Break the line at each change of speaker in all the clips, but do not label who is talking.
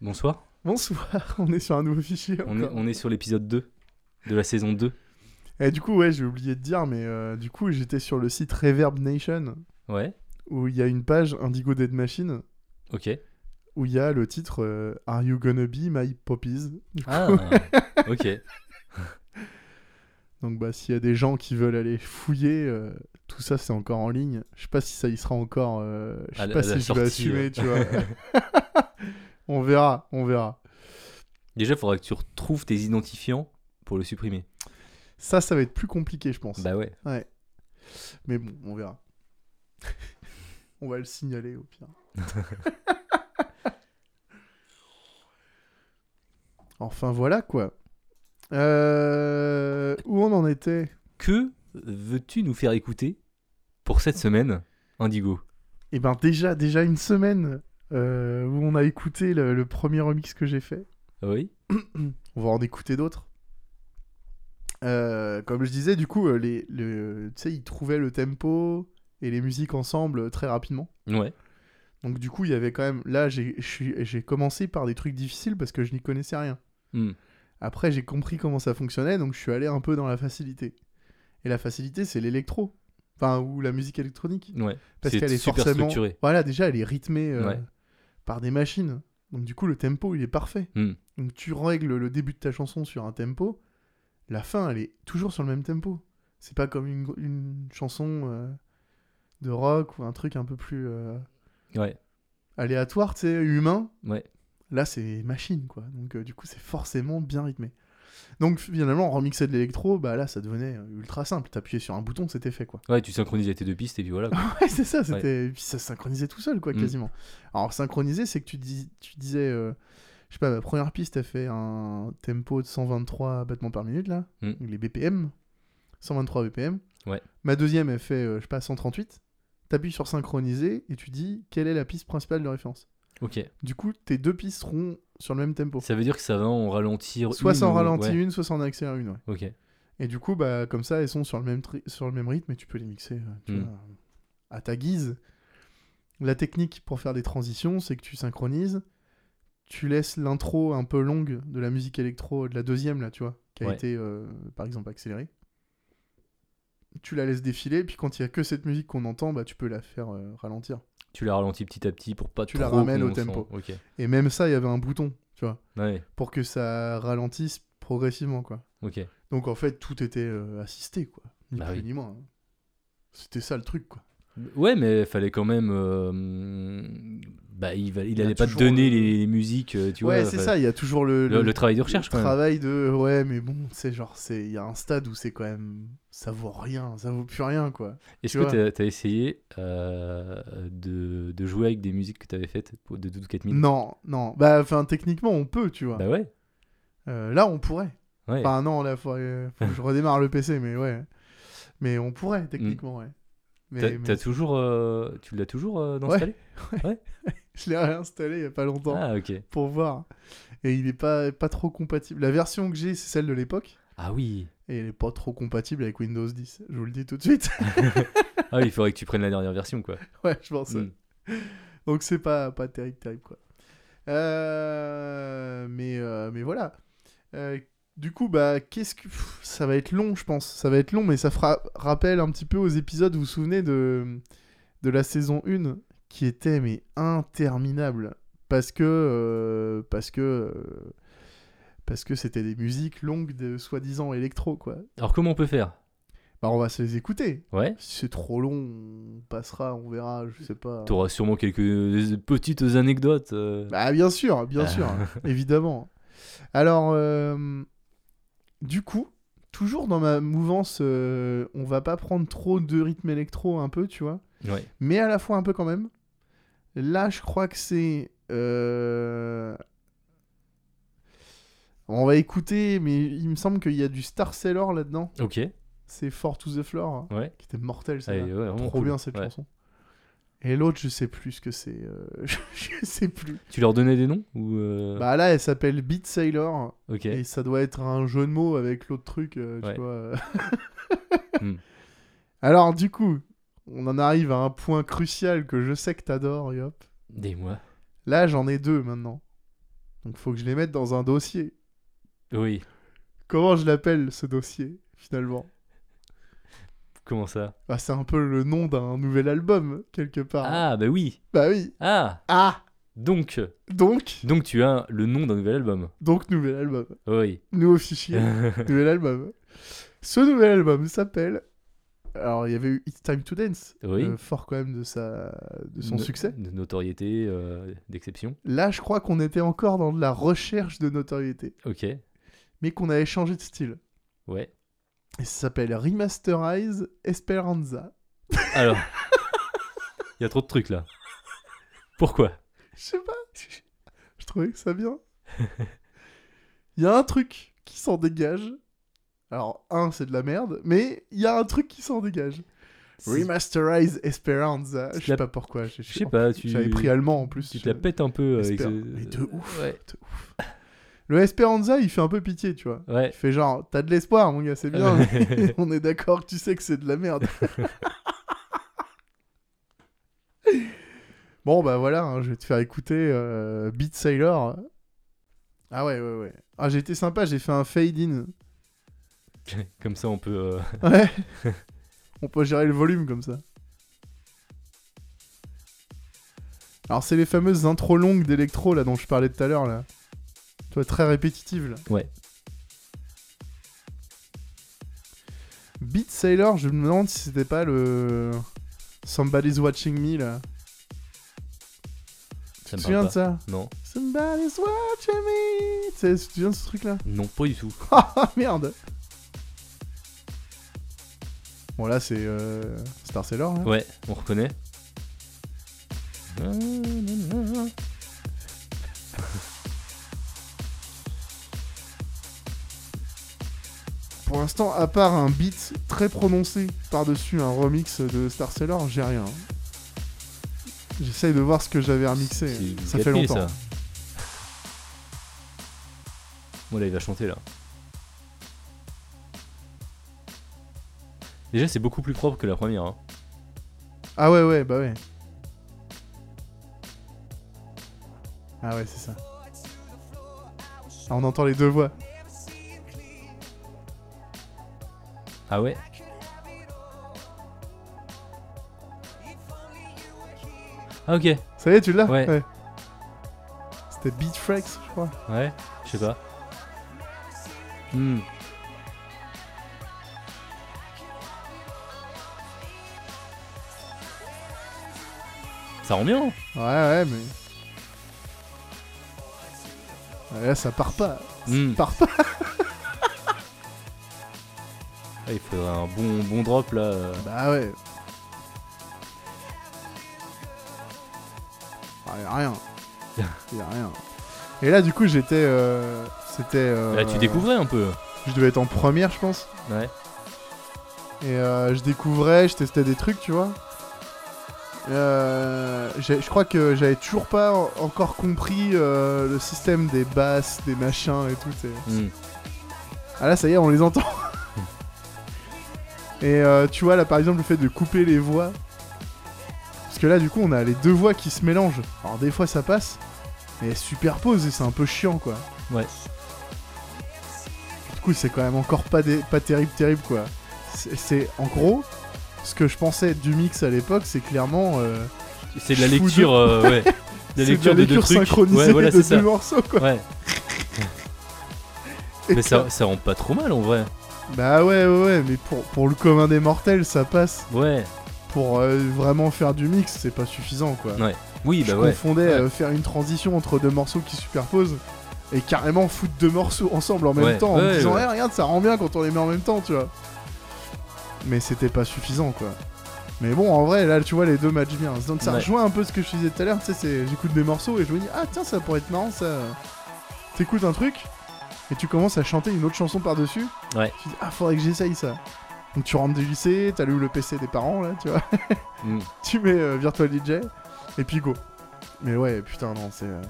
Bonsoir,
Bonsoir, on est sur un nouveau fichier.
on est,
encore.
on est sur l'épisode 2 de la saison 2.
Et du coup, ouais, j'ai oublié de dire, mais euh, du coup, j'étais sur le site Reverb Nation
Ouais,
où il y a une page Indigo Dead Machine
ok.
où il y a le titre euh, Are You Gonna Be My Poppies
Ah, ok.
Donc, bah, s'il y a des gens qui veulent aller fouiller, euh, tout ça c'est encore en ligne. Je sais pas si ça y sera encore. euh, je
À
sais
la-
pas
à
si
la
je vais
sortie,
assumer,
ouais.
tu vois. on verra, on verra.
Déjà, il faudra que tu retrouves tes identifiants pour le supprimer.
Ça, ça va être plus compliqué, je pense.
Bah ouais.
Mais bon, on verra. on va le signaler au pire. enfin voilà quoi. Euh, Où on en était
Que veux-tu nous faire écouter pour
Oh.
cette semaine, Indigo
Eh ben déjà, déjà une semaine euh, où on a écouté le, le premier remix que j'ai fait.
Ah Oui
On va en écouter d'autres. Euh, comme je disais, du coup, euh, les, le- tu sais, ils trouvaient le tempo et les musiques ensemble euh, très rapidement.
Ouais.
Donc du coup, il y avait quand même... Là, j'ai je suis- j'ai commencé par des trucs difficiles parce que je n'y connaissais rien.
Hmm.
Après, j'ai compris comment ça fonctionnait, donc je suis allé un peu dans la facilité. Et la facilité, c'est l'électro. Enfin, ou la musique électronique.
Ouais.
Parce
C'est
qu'elle est
super
forcément...
structuré.
Voilà, déjà, elle est rythmée euh,
Ouais.
par des machines. Donc du coup, le tempo, il est parfait.
Hmm.
Donc tu règles le début de ta chanson sur un tempo. La fin, elle est toujours sur le même tempo. C'est pas comme une, une chanson euh, de rock ou un truc un peu plus euh,
Ouais,
aléatoire, tu sais, humain.
ouais.
Là, c'est machine, quoi. Donc, euh, du coup, c'est forcément bien rythmé. Donc, finalement, remixer de l'électro, bah là, ça devenait euh, ultra simple. T'appuyais sur un bouton, c'était fait, quoi.
Ouais, tu synchronises tes deux pistes et puis voilà. quoi.
Ouais, c'est ça, c'était. et Puis ça se synchronisait tout seul, quoi,
Mm.
quasiment. Alors, synchroniser, c'est que tu, dis... tu disais. euh, Je sais pas, ma première piste, elle fait un tempo de 123 battements par minute, là.
Mm.
Les BPM. 123 BPM.
Ouais.
Ma deuxième, elle fait, euh, je sais pas, 138. T'appuies sur synchroniser et tu dis quelle est la piste principale de référence.
Ok.
Du coup, tes deux pistes seront sur le même tempo.
Ça veut dire que ça va en ralentir.
Soit ça en
ou-
ralentit
ouais.
une, soit ça en accélère une, ouais.
Ok.
Et du coup, bah, comme ça, elles sont sur le même, tri- sur le même rythme et tu peux les mixer euh, tu
Mm.
vois, à ta guise. La technique pour faire des transitions, c'est que tu synchronises, tu laisses l'intro un peu longue de la musique électro, de la deuxième, là, tu vois, qui a
Ouais.
été, euh, par exemple, accélérée. Tu la laisses défiler, puis quand il y a que cette musique qu'on entend, bah, tu peux la faire euh, ralentir.
Tu la ralentis petit à petit pour pas
Tu
trop
la ramènes au
qu'on sent-
tempo.
Ok.
Et même ça, il y avait un bouton, tu vois,
Ouais,
pour que ça ralentisse progressivement, quoi.
ok.
Donc en fait, tout était euh, assisté, quoi. Ni
Bah
plus
oui.
ni moins. hein. C'était ça le truc, quoi.
Ouais, mais fallait quand même. euh, bah, il, va- il
y a
allait pas te
toujours
donner
le-
les, les musiques, euh, tu
ouais,
vois.
c'est
enfin,
ça, il y a toujours le,
Le, le travail de recherche,
le
quand même.
travail de. Ouais, mais bon, c'est genre, c'est- il y a un stade où c'est quand même. Ça vaut rien, ça vaut plus rien, quoi.
Est-ce que
tu vois.
t'as- t'as essayé euh, de, de jouer avec des musiques que t'avais faites pour- de 12 4000
Non, non. Bah, enfin, techniquement, on peut, tu vois.
Bah ouais.
Euh, là, on pourrait.
ouais.
Enfin, non, là, faut, euh, faut que je redémarre le PC, mais ouais. Mais on pourrait, techniquement, ouais. Mais,
Mm. T'as-
mais
t'as toujours, euh, tu l'as toujours euh, installé
je l'ai réinstallé il y a pas longtemps
Ah, ok.
pour voir. Et il est pas, pas trop compatible. La version que j'ai, c'est celle de l'époque.
Ah oui.
et elle est pas trop compatible avec Windows 10. Je vous le dis tout de suite.
Ah oui, il faudrait que tu prrennes la dernière version, quoi.
ouais, je pense. ouais.
Mm.
Donc c'est pas pas terrible, terrible quoi. Euh, mais euh, mais voilà. Euh, du coup, bah qu'est-ce que pff, ça va être long, je pense. Ça va être long, mais ça fera rappel un petit peu aux épisodes. Vous vous souvenez de de la saison 1 qui était mais interminable parce que euh, parce que euh, parce que c'était des musiques longues de soi-disant électro quoi.
Alors, comment on peut faire
Bah on va se les écouter.
Ouais.
Si c'est trop long, on passera, on verra, je sais pas.
T'auras sûrement quelques euh, petites anecdotes. euh.
Bah bien sûr, bien sûr, évidemment. Alors, euh, du coup, toujours dans ma mouvance, euh, on va pas prendre trop de rythme électro un peu, tu vois,
Ouais.
mais à la fois un peu quand même. Là, je crois que c'est... euh, On va écouter, mais il me semble qu'il y a du Star Sailor là-dedans.
Ok.
C'est Fort to the Floor, hein,
Ouais.
qui était mortel, ça.
Allez, ouais, vraiment
trop
cool.
bien cette
Ouais.
chanson. Et l'autre, je sais plus ce que c'est. euh, je je sais plus.
Tu leur donnais des noms ou euh,
Bah là, elle s'appelle Beat Sailor.
Ok.
Et ça doit être un jeu de mots avec l'autre truc, euh,
Ouais.
tu vois.
Hmm.
Alors, du coup, on en arrive à un point crucial que je sais que t'adores, Yop.
Des mois.
Là, j'en ai deux maintenant. Donc faut que je les mette dans un dossier.
Oui,
Comment je l'appelle ce dossier finalement
comment ça
bah, C'est un peu le nom d'un nouvel album quelque part.
Ah, bah oui
Bah oui.
Ah
Ah
Donc
Donc,
Donc tu as le nom d'un nouvel album.
donc nouvel album.
Oui.
Nouveau fichier. nouvel album. Ce nouvel album s'appelle. Alors il y avait eu It's Time to Dance,
oui.
euh, fort quand même de sa de son
No-
succès.
De notoriété, euh, d'exception.
Là, je crois qu'on était encore dans de la recherche de notoriété,
Ok.
mais qu'on avait changé de style.
Ouais.
Et ça s'appelle Remasterize Esperanza.
Alors. Il y a trop de trucs là. Pourquoi
Je sais pas. Je trouvais que ça bien. Il y a un truc qui s'en dégage. Alors, un, c'est de la merde, mais il y a un truc qui s'en dégage.
C'est-
Remasterize Esperanza.
C'est
Je sais
la-
pas pourquoi. Je
Je sais pas, tu.
J'avais pris allemand en plus.
Tu te
je-
la pètes un peu avec
Esper-
ce-
Mais de ouf,
Ouais.
de ouf. Le Esperanza, il fait un peu pitié, tu vois.
Ouais.
Il fait genre, t'as de l'espoir, mon gars, c'est bien.
Ouais.
mais on est d'accord que tu sais que c'est de la merde. bon, bah voilà, hein, je vais te faire écouter euh, Beat Sailor. Ah ouais, ouais, ouais. Ah, j'ai été sympa, j'ai fait un fade-in.
Comme ça, on peut. euh,
Ouais. on peut gérer le volume comme ça. Alors, c'est les fameuses intros longues d'électro, là, dont je parlais tout à l'heure, là. Tu vois, très répétitive, là.
Ouais.
Beat Sailor, je me demande si c'était pas le... Somebody's Watching Me, là.
Ça
tu
me
te souviens
parle
de ça
pas. Non.
Somebody's watching me Tu sais, tu te souviens de ce truc-là
Non, pas du tout.
Ah merde Bon là c'est euh, Star Sailor là.
Ouais, on reconnaît.
Pour l'instant à part un beat très prononcé par-dessus un remix de Star Sailor, j'ai rien. J'essaye de voir ce que j'avais remixé.
C'est
hein. Ça
gâté,
fait longtemps.
ça. Bon, là, il va chanter, là. Déjà, c'est beaucoup plus propre que la première. hein.
Ah ouais ouais bah ouais. Ah ouais c'est ça. Ah, on entend les deux voix.
Ah ouais Ah, ok.
Ça y est tu l'as
Ouais.
C'était Beat Frex je crois.
Ouais, je sais pas. Hmm. Ça rend bien. hein.
Ouais, ouais, mais. Ouais, Là, ça part pas. Ça
Mm.
part pas.
Ah, il faudrait un bon, bon drop là. euh.
Bah ouais. Ah, y a rien. Y a rien. Et là, du coup, j'étais. euh, C'était. euh,
Là, Bah, tu découvrais un peu.
Je devais être en première, je pense.
Ouais.
Et euh, je découvrais, je testais des trucs, tu vois. Euh, j'ai- je crois que j'avais toujours pas en- encore compris euh, le système des basses, des machins et tout. c'est-
Hmm.
Ah là, ça y est, on les entend. Et euh, tu vois, là, par exemple, le fait de couper les voix. Parce que là, du coup, on a les deux voix qui se mélangent. Alors, des fois, ça passe, mais elles se superposent et c'est un peu chiant, quoi.
Ouais.
Du coup, c'est quand même encore pas, dé- pas terrible, terrible, quoi. C'est- C'est, en gros, ce que je pensais du mix à l'époque, c'est clairement... euh,
C'est de la
Je fous
lecture, euh, ouais. De la
c'est
lecture
de la
deux
lecture
trucs.
synchronisée
Ouais, voilà,
de
c'est
deux
ça.
morceaux, quoi.
Ouais.
Et
Mais
que-
ça, ça rend pas trop mal en vrai.
Bah ouais, ouais, ouais, mais pour, pour le commun des mortels, ça passe.
Ouais.
Pour euh, vraiment faire du mix, c'est pas suffisant, quoi.
Oui,
je
bah ouais.
confondais
Ouais.
euh, faire une transition entre deux morceaux qui superposent et carrément foutre deux morceaux ensemble en même
Ouais,
temps en me
ouais,
disant
ouais.
Eh, regarde ça rend bien quand on les met en même temps tu vois mais c'était pas suffisant quoi mais bon en vrai là tu vois les deux matchs bien donc ça
Ouais.
rejoint un peu ce que je te disais tout à l'heure tu sais c'est- j'écoute des morceaux et je me dis ah tiens ça pourrait être marrant ça t'écoutes un truc et tu commences à chanter une autre chanson par dessus
Ouais.
tu dis ah faudrait que j'essaye ça donc tu rentres du lycée t'allumes le PC des parents là tu vois
Hmm.
tu mets euh, Virtual DJ et puis go. Mais ouais, putain, non, c'est. euh,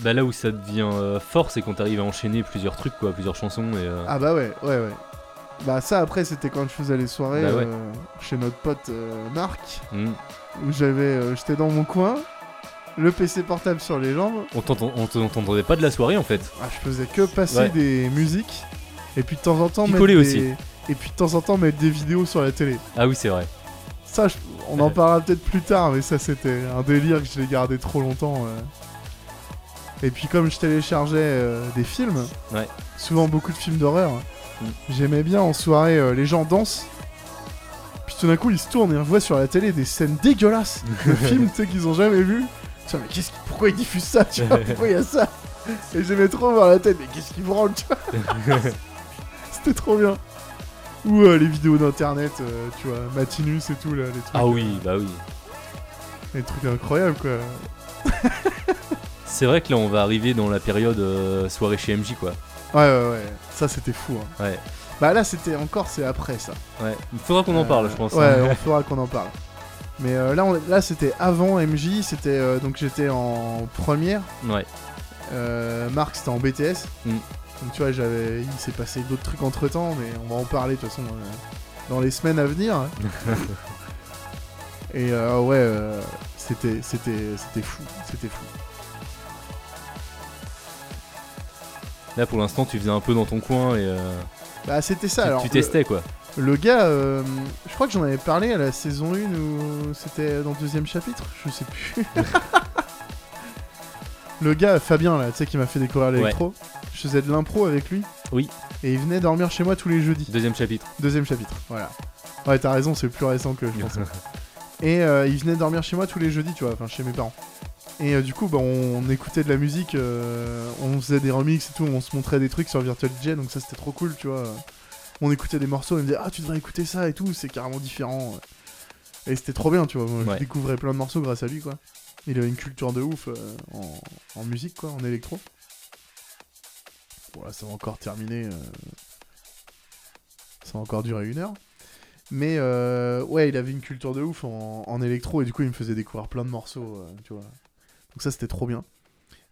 Bah là où ça devient euh, fort, c'est quand t'arrives à enchaîner plusieurs trucs, quoi, plusieurs chansons et. euh,
Ah bah ouais, ouais, ouais. Bah ça, après, c'était quand je faisais les soirées
Bah ouais.
euh, chez notre pote euh, Marc,
hmm.
où j'avais. euh, J'étais dans mon coin, le PC portable sur les jambes.
On t'entend- on t'entendrait pas de la soirée en fait.
Ah, je faisais que passer
Ouais.
des musiques et puis de temps en temps
Picoler
mettre
aussi.
des... et puis de temps en temps mettre des vidéos sur la télé.
Ah oui, c'est vrai.
Ça, je- on en
Ouais.
parlera peut-être plus tard, mais ça c'était un délire que je l'ai gardé trop longtemps. euh. Et puis comme je téléchargeais euh, des films,
Ouais.
souvent beaucoup de films d'horreur,
Mm.
j'aimais bien en soirée euh, les gens dansent. Puis tout d'un coup ils se tournent et on voit sur la télé des scènes dégueulasses de films tu sais, qu'ils ont jamais vus. Putain, mais qu'est-ce qui- pourquoi ils diffusent ça tu vois Pourquoi il y a ça Et j'aimais trop voir la tête, mais qu'est-ce qu'ils branlent tu vois C'était trop bien. Ou euh, les vidéos d'internet, euh, tu vois, Matinus et tout là, les trucs.
ah oui, bah oui.
Des trucs incroyables quoi.
C'est vrai que là, on va arriver dans la période euh, soirée chez MJ, quoi.
Ouais, ouais, ouais. Ça c'était fou. hein.
Ouais.
Bah là c'était encore, c'est après ça.
Ouais. Il faudra qu'on en
Euh,
parle, je pense.
Ouais,
hein.
on fera qu'on en parle. Mais euh, là, on, là c'était avant MJ, c'était euh, donc j'étais en première.
hein. Ouais.
Euh, Marc c'était en BTS.
Mm.
Donc tu vois, j'avais, il s'est passé d'autres trucs entre temps, mais on va en parler de toute façon euh, dans les semaines à venir. Et euh, ouais, euh, c'était, c'était, c'était fou, c'était fou.
Là, pour l'instant, tu faisais un peu dans ton coin et euh,
Bah c'était ça.
tu-
alors,
tu,
le-
testais, quoi.
Le gars, euh, je crois que j'en avais parlé à la saison 1 ou c'était dans le deuxième chapitre, je sais plus. le gars, Fabien, là, tu sais, qui m'a fait découvrir l'électro, je faisais de l'impro avec lui.
Oui.
Et il venait dormir chez moi tous les jeudis.
Deuxième chapitre.
Deuxième chapitre, voilà. Ouais, t'as raison, c'est plus récent que je pense. Et euh, il venait dormir chez moi tous les jeudis, tu vois, enfin chez mes parents. Et euh, du coup, bah, on écoutait de la musique, euh, on faisait des remixes et tout, on se montrait des trucs sur VirtualJ, donc ça c'était trop cool, tu vois. On écoutait des morceaux, on me disait ah tu devrais écouter ça et tout, c'est carrément différent. Et c'était trop bien, tu vois. Moi,
Ouais.
Je découvrais plein de morceaux grâce à lui, quoi. Il avait une culture de ouf euh, en, en musique, quoi, en électro. Voilà, ça va encore terminer. euh, Ça va encore durer une heure. Mais euh, ouais, il avait une culture de ouf en, en électro et du coup, il me faisait découvrir plein de morceaux, euh, tu vois. Donc ça, c'était trop bien.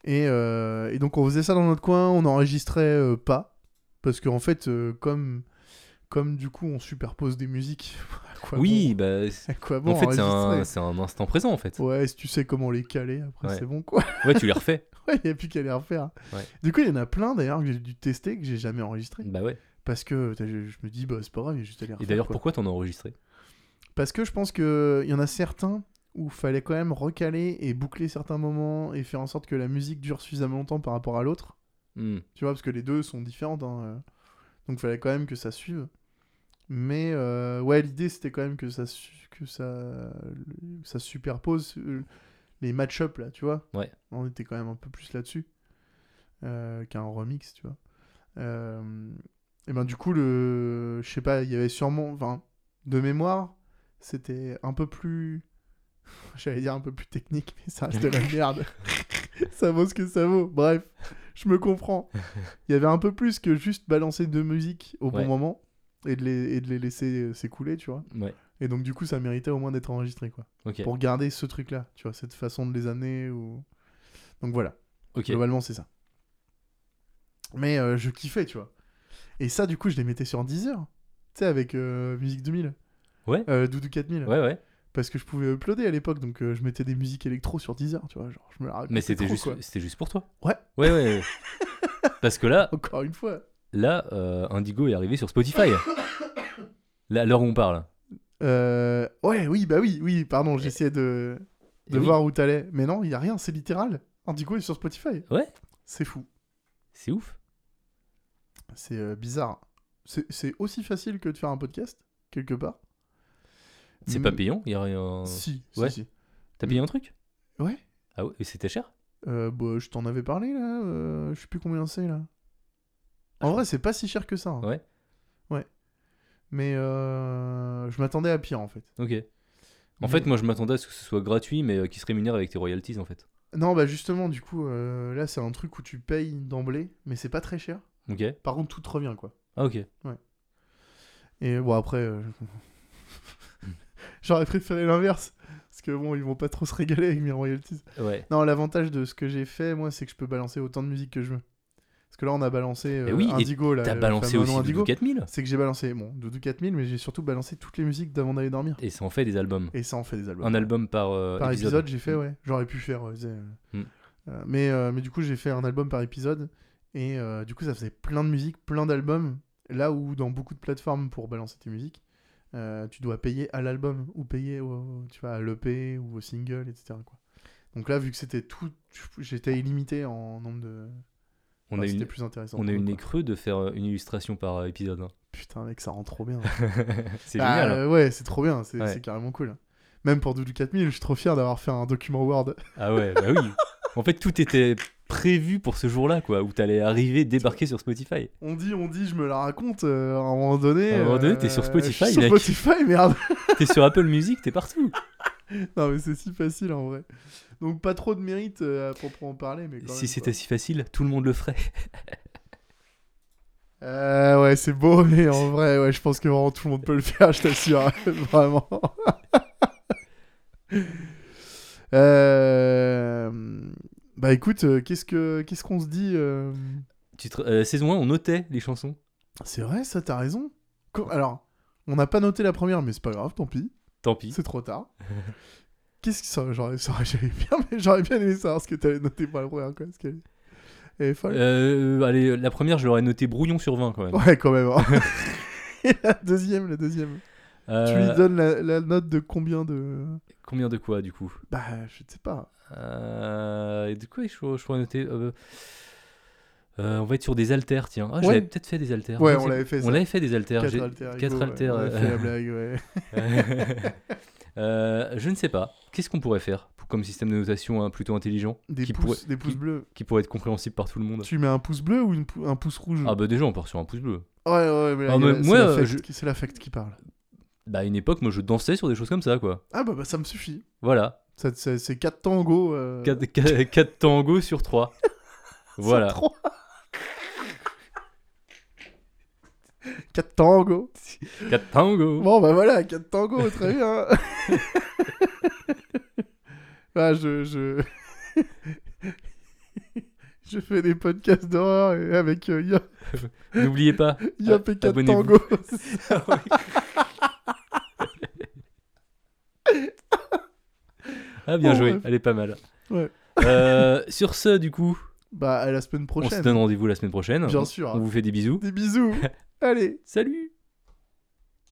Et, euh, et donc, on faisait ça dans notre coin, on enregistrait euh, pas. Parce qu'en fait, euh, comme, comme du coup, on superpose des musiques. à quoi
oui, bah. c'est-
bon- à quoi bon
en fait, c'est
enregistrer
un, c'est un instant présent, en fait.
Ouais, si tu sais comment les caler, après
Ouais.
c'est bon quoi.
Ouais, tu les refais.
Ouais, y a plus qu'à les refaire.
Ouais.
Du coup, il y en a plein d'ailleurs que j'ai dû tester, que j'ai jamais enregistré.
bah ouais.
Parce que t'as- je, je me dis, bah c'est pas grave, il y a juste à les
Et
refaire.
d'ailleurs,
quoi.
pourquoi t'en as enregistré
Parce que je pense qu'il y en a certains où fallait quand même recaler et boucler certains moments et faire en sorte que la musique dure suffisamment longtemps par rapport à l'autre.
Hmm.
Tu vois, parce que les deux sont différentes. hein, euh. Donc fallait quand même que ça suive. Mais euh, ouais, l'idée c'était quand même que ça, su- que ça, le- ça superpose euh, les match-up là, tu vois.
Ouais.
On était quand même un peu plus là-dessus euh, qu'un remix, tu vois. Euh, et ben du coup, le, je sais pas, il y avait sûrement, enfin, de mémoire, c'était un peu plus, j'allais dire un peu plus technique, mais ça reste de la merde. ça vaut ce que ça vaut. Bref, je me comprends. Il y avait un peu plus que juste balancer deux musiques au bon
Ouais.
moment et de les, et de les laisser euh, s'écouler, tu vois.
Ouais.
Et donc du coup, ça méritait au moins d'être enregistré, quoi.
Ok.
Pour garder ce truc-là, tu vois, cette façon de les amener ou. Donc voilà.
Ok.
Globalement, c'est ça. Mais euh, je kiffais, tu vois. Et ça, du coup, je les mettais sur Deezer. Tu sais, avec euh, Musique 2000.
Ouais.
Euh, Doudou 4000.
Ouais, ouais.
Parce que je pouvais uploader à l'époque, donc euh, je mettais des musiques électro sur Deezer, tu vois. Genre, je me la racontais
Mais c'était
trop,
juste,
quoi.
c'était juste pour toi.
Ouais.
Ouais, ouais. ouais. Parce que là,
Encore une fois.
là, euh, Indigo est arrivé sur Spotify. Là, à l'heure où on parle.
Euh, Ouais, oui, bah oui, oui, pardon, j'essayais de,
Eh
de
oui,
voir où t'allais. Mais non, il y a rien, c'est littéral. Indigo est sur Spotify.
Ouais.
C'est fou.
C'est ouf.
C'est euh, bizarre. C'est c'est aussi facile que de faire un podcast, quelque part.
C'est pas
Mm,
payant. Y a rien.
Si,
Ouais.
si, si.
T'as payé un truc
Ouais.
Ah ouais. Et c'était cher
Euh, bah, je t'en avais parlé là, euh, je sais plus combien c'est là. En vrai, c'est pas si cher que ça. hein.
Ah, Ouais.
Ouais. Mais euh, je m'attendais à pire en fait.
Ok. En
Mais-
fait, moi, je m'attendais à ce que ce soit gratuit, mais qui se rémunère avec tes royalties, en fait.
Non, bah justement, du coup, euh, là c'est un truc où tu payes d'emblée, mais c'est pas très cher.
Ok.
Par contre, tout te revient quoi.
Ah ok.
Et bon, après, euh, j'aurais préféré l'inverse. Parce que bon, ils vont pas trop se régaler avec mes royalties.
Ouais.
Non, l'avantage de ce que j'ai fait, moi, c'est que je peux balancer autant de musique que je veux. Parce que là, on a balancé euh,
Eh oui, et
Indigo. là,
T'as
le
balancé
fameux
aussi
nom
Doudou
Indigo.
4000
C'est que j'ai balancé, bon, Doudou 4000, mais j'ai surtout balancé toutes les musiques d'avant d'aller dormir.
et ça en fait des albums.
Et ça en fait des albums.
Un album par, euh,
par épisode, j'ai fait, ouais. J'aurais pu faire. euh, c'est, euh,
Mm.
euh, mais, euh, mais du coup, j'ai fait un album par épisode. Et euh, du coup, ça faisait plein de musiques, plein d'albums. Là où, dans beaucoup de plateformes pour balancer tes musiques, euh, tu dois payer à l'album ou payer au, tu vois, à l'EP ou au single, etc. Quoi. Donc là, vu que c'était tout, j'étais illimité en nombre de.
On
Enfin,
a
Ah, c'était
une,
plus intéressant.
on a
pour nous,
une
quoi.
nez creux de faire euh, une illustration par euh, épisode. hein.
Putain, mec, ça rend trop bien.
c'est
Ah,
génial. hein.
euh, ouais, c'est trop bien, c'est
Ouais.
c'est carrément cool. Même pour Doudou 4000, je suis trop fier d'avoir fait un document Word.
Ah ouais, bah oui. En fait, tout était prévu pour ce jour-là, quoi, où t'allais arriver, débarquer sur Spotify.
On dit, on dit, je me la raconte. euh, à un moment donné.
À un moment donné,
euh,
t'es sur Spotify,
je suis Sur
mec.
Spotify, merde.
T'es sur Apple Music, t'es partout.
non, mais c'est si facile en vrai. Donc, pas trop de mérite euh, à proprement parler. Mais quand même,
Si
quoi.
c'était si facile, tout le monde le ferait.
Euh, ouais, c'est beau, mais en vrai, ouais, je pense que vraiment tout le monde peut le faire, je t'assure. vraiment. Euh, Bah écoute, euh, qu'est-ce que qu'est-ce qu'on se dit euh,
Tu te- euh, saison 1, on notait les chansons.
C'est vrai, ça, t'as raison. Co- Alors, on n'a pas noté la première, mais c'est pas grave, tant pis.
Tant pis.
C'est trop tard. Qu'est-ce que ça, j'aurais, ça aurait- j'avais bien, mais j'aurais bien aimé savoir ce que t'avais noté pour la première, quoi. Parce qu'elle elle est folle.
Euh, allez, la première, je l'aurais noté brouillon sur 20 quand même.
Ouais, quand même. hein. Et la deuxième, la deuxième. Tu
Euh,
lui donnes la, la note de combien de.
Combien de quoi du coup
Bah, je sais pas.
Euh, et De quoi je, je pourrais noter euh, euh, On va être sur des haltères, tiens. Ah, je
Ouais.
l'avais peut-être fait des haltères.
Ouais,
Je
on
sais-
l'avait fait,
On
ça.
l'avait fait des haltères.
Quatre
j'ai-
alters ego,
quatre euh,
ouais,
haltères,
on avait fait la blague, ouais.
Euh, je ne sais pas. Qu'est-ce qu'on pourrait faire pour- comme système de notation hein, plutôt intelligent
Des
qui,
pouces,
pourrait,
des pouces
qui-
bleus.
qui pourrait être compréhensible par tout le monde
Tu mets un pouce bleu ou une pou- un pouce rouge
Ah bah déjà, on part sur un pouce bleu.
Ouais, ouais, mais, là,
Ah,
il y a-
mais
c'est
moi,
l'affect
je-
qui- c'est l'affect qui parle.
Bah à une époque, moi je dansais sur des choses comme ça, quoi.
Ah, bah, bah, ça me suffit.
Voilà.
Ça- ça- C'est 4 tangos. euh,
4 tangos sur 3. voilà.
C'est trop. Quatre tangos.
4 tangos.
Bon, bah voilà, quatre tangos, très bien. bah, je. Je... je fais des podcasts d'horreur et avec euh, Yop,
N'oubliez pas.
Yop
Ah,
et 4
abonnez-vous.
tangos.
Ah bien
Bon,
joué,
bref.
elle est pas mal.
Oh, Ouais.
Euh, sur ce, du coup,
bah, à la semaine
on se hein.
prochaine.
donne rendez-vous la semaine prochaine.
Bien sûr.
On vous fait des bisous.
Des bisous. Allez.
Salut